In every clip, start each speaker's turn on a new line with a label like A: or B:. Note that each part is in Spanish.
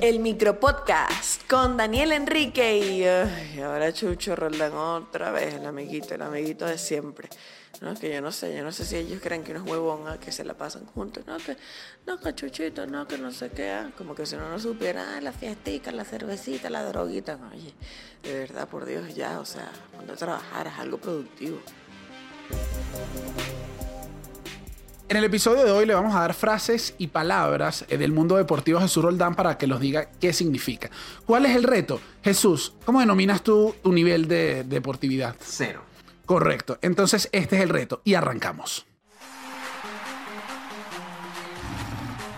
A: El micropodcast con Daniel Enrique y, ay, ahora Chucho Roldán otra vez, el amiguito, el amiguito de siempre. No, que yo no sé, yo no sé si ellos creen que unos huevón ah, que se la pasan juntos, no, que, no, que Chuchito, no, que no sé qué, ah, como que si uno no supiera, ah, la fiestica, la cervecita, la droguita, no, oye, de verdad, por Dios, ya, o sea, cuando trabajaras, algo productivo.
B: En el episodio de hoy le vamos a dar frases y palabras eh, del mundo deportivo a Jesús Roldán para que los diga qué significa. ¿Cuál es el reto? Jesús, ¿cómo denominas tú tu nivel de deportividad?
C: Cero.
B: Correcto. Entonces, este es el reto y arrancamos.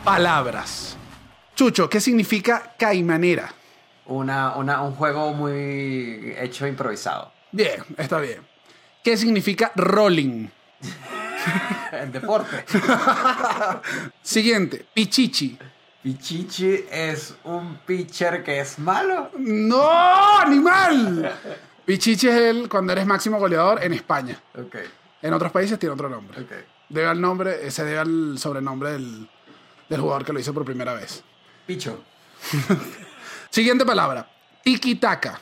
B: Palabras. Chucho, ¿qué significa caimanera?
C: Una, una- un juego muy hecho improvisado.
B: Bien, está bien. ¿Qué significa rolling?
C: El deporte.
B: Siguiente, pichichi.
C: Pichichi es un pitcher que es malo.
B: ¡No, animal! Pichichi es el cuando eres máximo goleador en España.
C: Ok,
B: En otros países tiene otro nombre.
C: ok.
B: Debe al nombre, se debe al sobrenombre del, del jugador que lo hizo por primera vez.
C: Picho.
B: Siguiente palabra, tiki-taka.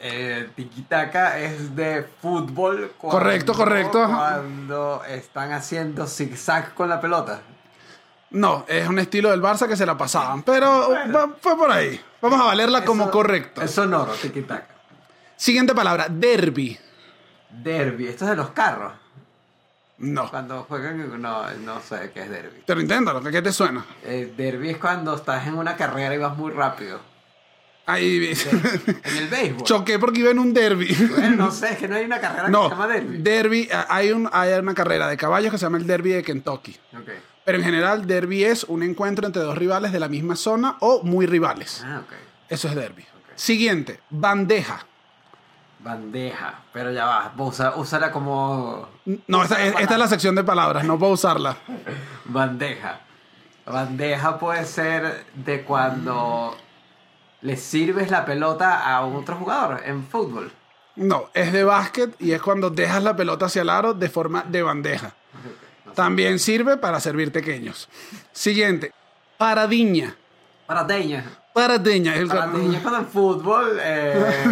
C: Eh, Tiquitaca es de fútbol. cuando-
B: Correcto, correcto.
C: Cuando están haciendo zigzag con la pelota.
B: No, es un estilo del Barça que se la pasaban, pero va- fue por ahí. Vamos a valerla como
C: Eso-
B: correcto.
C: Es sonoro, tiquitaca.
B: Siguiente palabra, derby.
C: Derby, esto es de los carros.
B: No.
C: Cuando juegan, no, no sé qué es derby.
B: Pero inténtalo, ¿qué te suena?
C: Eh, derby es cuando estás en una carrera y vas muy rápido.
B: Ahí
C: En el béisbol.
B: choqué porque iba en un derby.
C: Bueno, no sé, es que no hay una carrera que
B: No,
C: se llama derby.
B: derby, eh, hay, un, hay una carrera de caballos que se llama el derby de Kentucky.
C: Ok.
B: Pero en general, derby es un encuentro entre dos rivales de la misma zona o muy rivales.
C: Ah, ok.
B: Eso es derby.
C: Ok.
B: Siguiente, bandeja.
C: Bandeja, pero ya va, usa, úsala como
B: No, esta, esta es la sección de palabras, no puedo usarla.
C: bandeja. Bandeja puede ser de cuando le sirves la pelota a otro jugador en fútbol.
B: No, es de básquet y es cuando dejas la pelota hacia el aro de forma de bandeja. También sirve para servir pequeños. Siguiente, paradiña.
C: Paradeña.
B: Paradiña es el
C: Paradeña es cuando en fútbol, eh,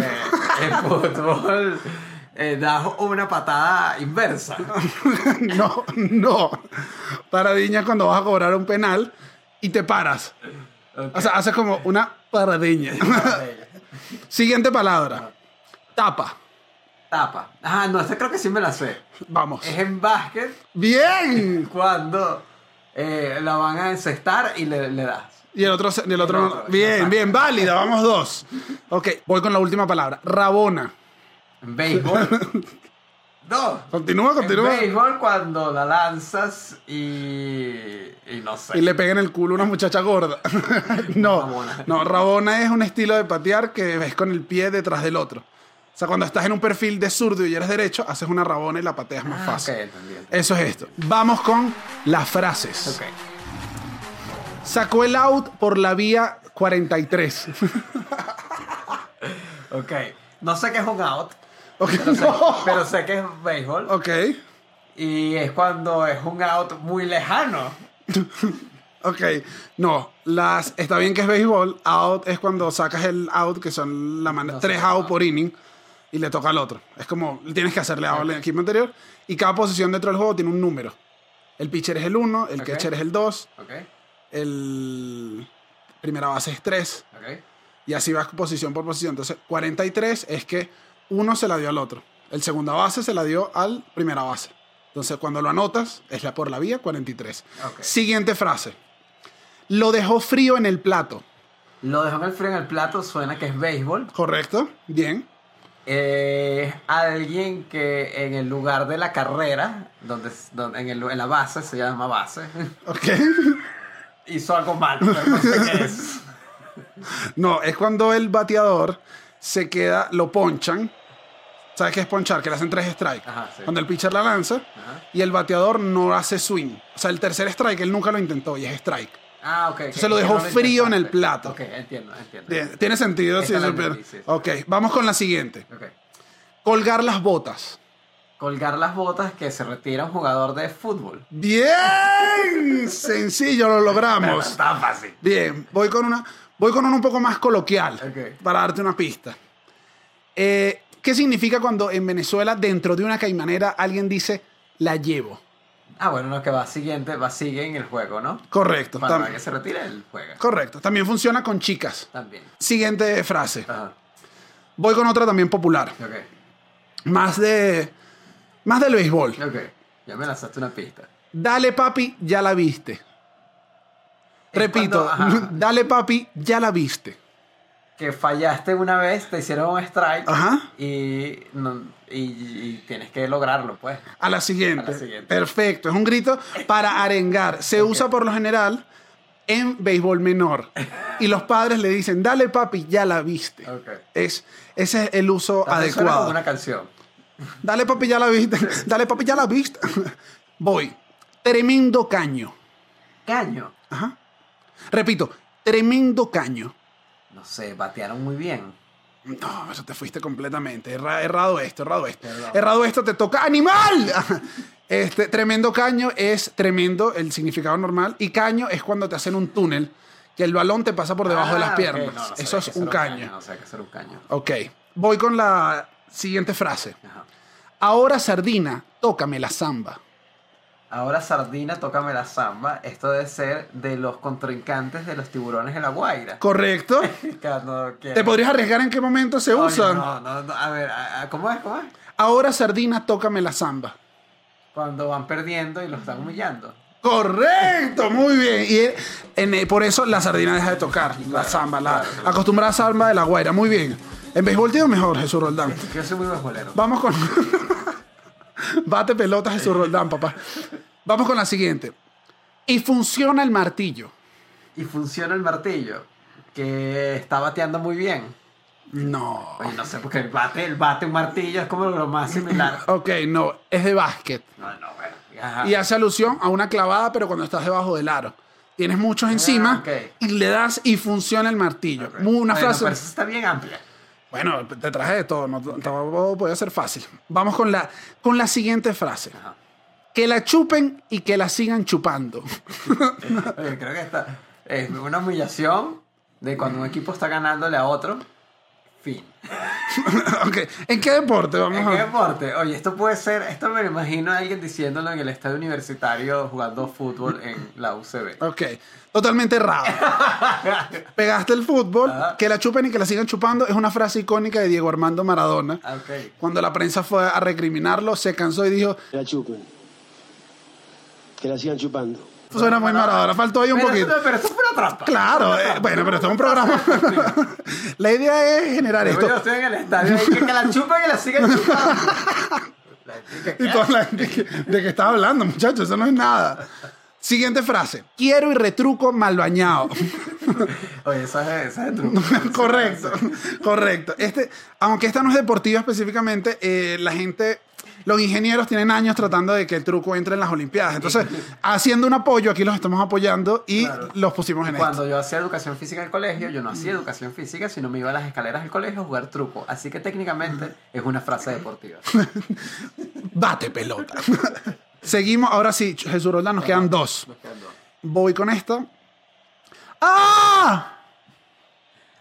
C: en fútbol, eh, das una patada inversa.
B: No, no. Paradiña es cuando vas a cobrar un penal y te paras.
C: Ok,
B: O sea, haces como una paradiña.
C: paradeña.
B: Siguiente palabra. Tapa.
C: Tapa. Ah, no, esta creo que sí me la sé.
B: Vamos.
C: Es en básquet
B: Bien.
C: cuando eh, la van a encestar y le, le das.
B: Y el otro, se- el otro
C: El
B: no.
C: otro,
B: Bien,
C: exacto.
B: bien, válida. Vamos dos. Ok, voy con la última palabra. Rabona.
C: En béisbol. Dos.
B: Continúa,
C: En
B: continúa.
C: béisbol cuando la lanzas y, y no sé.
B: Y le peguen el culo a una muchacha gorda. no,
C: Rabona.
B: no, Rabona es un estilo de patear que ves con el pie detrás del otro. O sea, cuando estás en un perfil de zurdo y eres derecho, haces una rabona y la pateas más
C: Ah,
B: fácil.
C: ok, entendí, entendí.
B: Eso es esto. Vamos con las frases.
C: Ok.
B: Sacó el out por la vía 43.
C: Ok. No sé qué es un out,
B: ok.
C: pero sé que es béisbol.
B: Ok.
C: Y es cuando es un out muy lejano.
B: Ok. No, las, está bien que es béisbol. Out es cuando sacas el out, que son la mano,
C: No sé.
B: tres out por inning, y le toca al otro. Es como tienes que hacerle out al equipo anterior. Y cada posición dentro del juego tiene un número. El pitcher es el 1, el
C: Ok.
B: catcher es el 2,
C: Ok,
B: el primera base es 3.
C: ok.
B: Y así vas posición por posición. Entonces, 43 es que uno se la dio al otro. El segunda base se la dio al primera base. Entonces, cuando lo anotas, es la por la vía 43.
C: Ok.
B: Siguiente frase. Lo dejó frío en el plato.
C: Lo dejó en el frío en el plato, suena que es béisbol.
B: ¿Correcto? Bien.
C: Eh, es alguien que en el lugar de la carrera, donde, donde- en, el lu- en la base, se llama base,
B: Ok.
C: hizo algo mal, pero no sé qué es.
B: No, es cuando el bateador se queda, lo ponchan. ¿Sabes qué es ponchar? Que le hacen tres strikes.
C: Ajá, sí.
B: Cuando el pitcher la lanza
C: Ajá.
B: y el bateador no hace swing. O sea, el tercer strike, él nunca lo intentó y es strike.
C: Ah, ok.
B: Se lo dejó frío en el plato.
C: Ok, entiendo, entiendo.
B: Bien, Tiene sentido si
C: Esta la
B: supiera.
C: entendí, sí, sí.
B: Ok, vamos con la siguiente.
C: Ok.
B: Colgar las botas.
C: colgar las botas que se retira un jugador de fútbol.
B: Bien, sencillo, lo
C: Pero
B: logramos.
C: está fácil.
B: Bien, voy con una, voy con una un poco más coloquial
C: Ok.
B: para darte una pista. Eh, ¿Qué significa cuando en Venezuela, dentro de una caimanera, alguien dice la llevo?
C: Ah, bueno, no, que va siguiente, va sigue en el juego, ¿no?
B: Correcto.
C: Para
B: tam-
C: que se retire, él juega.
B: correcto. También funciona con chicas.
C: También.
B: Siguiente frase.
C: Ajá.
B: Voy con otra también popular.
C: Ok,
B: Más de. Más del béisbol.
C: ok. Ya me lanzaste una pista.
B: Dale, papi, ya la viste. Repito,
C: cuando- ajá.
B: dale, papi, ya la viste.
C: Que fallaste una vez, te hicieron un strike
B: Ajá.
C: y, no- y- y tienes que lograrlo, pues.
B: A la siguiente.
C: A la siguiente.
B: Perfecto. Es un grito para arengar. Se usa por lo general en béisbol menor. Y los padres le dicen, dale papi, ya la viste.
C: Ok.
B: Es, ese es el uso
C: También suena
B: adecuado.
C: como una canción.
B: Dale papi, ya la viste. Dale papi, ya la viste. Voy. Tremendo caño.
C: Caño.
B: Ajá. Repito, tremendo caño.
C: No sé, batearon muy bien.
B: No, eso te fuiste completamente. Erra- errado esto, errado esto.
C: Errado.
B: Errado esto, te toca animal. Este tremendo caño es tremendo, el significado normal. Y caño es cuando te hacen un túnel, que el balón te pasa por debajo de
C: Ah,
B: las
C: ok,
B: piernas.
C: no, no
B: eso
C: sabía
B: es
C: que
B: un
C: era
B: caño.
C: No sé que ser un caño.
B: Ok, voy con la siguiente frase.
C: Ajá.
B: Ahora sardina, tócame la samba.
C: Ahora Sardina, tócame la samba. Esto debe ser de los contrincantes de los tiburones de la Guaira.
B: ¿Correcto?
C: Cuando quieran.
B: ¿Te podrías arriesgar en qué momento se
C: Oye,
B: usa?
C: No, no, no, a ver, a- a- ¿cómo es? ¿Cómo es?
B: Ahora sardina, tócame la samba.
C: Cuando van perdiendo y los están humillando.
B: Correcto, muy bien. Y eh, en, eh, por eso la sardina deja de tocar, la samba, la acostumbrada samba de la guaira. Muy bien. En béisbol te digo mejor, Jesús Roldán.
C: Yo soy muy beisbolero.
B: Vamos con. Bate pelotas, Jesús Roldán, papá. Vamos con la siguiente. Y funciona el martillo.
C: Y funciona el martillo, que está bateando muy bien.
B: No.
C: Oye, no sé, porque el bate, el bate, un martillo es como lo más similar.
B: Ok, no, es de básquet.
C: No, no, bueno. Ajá.
B: Y hace alusión a una clavada, pero cuando estás debajo del aro. Tienes muchos encima
C: Ah, ok.
B: y le das y funciona el martillo.
C: Ok.
B: Muy- Una
C: Bueno,
B: frase.
C: pero eso está bien amplia.
B: Bueno, te traje de todo, no tampoco podía ser fácil. Vamos con la, con la siguiente frase.
C: Ajá.
B: Que la chupen y que la sigan chupando.
C: Oye, creo que esta es una humillación de cuando un equipo está ganándole a otro. Fin.
B: Ok, ¿En qué deporte? Vamos
C: ¿En
B: a
C: qué deporte? Oye, esto puede ser, esto me lo imagino a alguien diciéndolo en el estadio universitario jugando fútbol en la UCB.
B: Ok, totalmente errado. Pegaste el fútbol,
C: Ajá.
B: que la chupen y que la sigan chupando es una frase icónica de Diego Armando Maradona.
C: Ah, Ok.
B: Cuando la prensa fue a recriminarlo, se cansó y dijo,
D: Que la chupen. Que la sigan chupando.
B: suena muy Maradona, faltó ahí un
C: Pero
B: poquito.
C: eso, pero eso fue una trampa.
B: Claro, eh, bueno, pero esto es un programa. la idea es generar
C: Pero
B: esto.
C: Yo estoy en el estadio y que, que la chupa que la sigan chupando. La chica,
B: Y toda la gente que- de que estaba hablando, muchachos, eso no es nada. Siguiente frase. Quiero y retruco mal bañado.
C: Oye, eso es, eso es el truco.
B: correcto, correcto. Este, aunque esta no es deportiva específicamente, eh, la gente, los ingenieros tienen años tratando de que el truco entre en las Olimpiadas. Entonces, haciendo un apoyo, aquí los estamos apoyando y
C: Claro.
B: los pusimos en esto.
C: Cuando yo hacía educación física en el colegio, yo no hacía educación física, sino me iba a las escaleras del colegio a jugar truco. Así que técnicamente es una frase deportiva.
B: Bate pelota. Seguimos, ahora sí, Jesús Roldán, nos quedan dos.
C: Nos quedan dos.
B: Voy con esta. ¡Ah!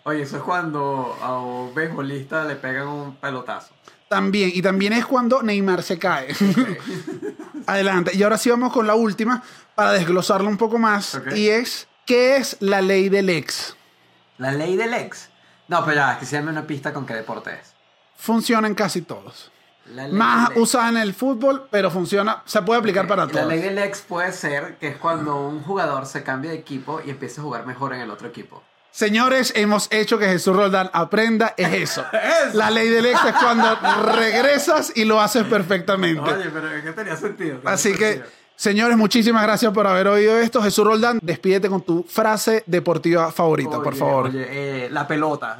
C: Oye, eso es cuando a un beisbolista le pegan un pelotazo.
B: También, y también es cuando Neymar se cae. Adelante. Y ahora sí vamos con la última para desglosarlo un poco más.
C: Ok.
B: Y es, ¿qué es la ley del ex?
C: La ley del ex. No, pero ya, que se llame una pista con qué deporte es.
B: Funciona en casi todos.
C: La ley
B: Más
C: del ex.
B: usada en el fútbol, pero funciona, se puede aplicar para
C: La
B: todos.
C: ley del ex puede ser que es cuando un jugador se cambia de equipo y empieza a jugar mejor en el otro equipo.
B: Señores, hemos hecho que Jesús Roldán aprenda, es eso. La ley del ex es cuando regresas y lo haces perfectamente.
C: pero es que tenía sentido.
B: Así que, señores, muchísimas gracias por haber oído esto. Jesús Roldán, despídete con tu frase deportiva favorita, por
C: Oye,
B: favor.
C: oye, eh, la pelota.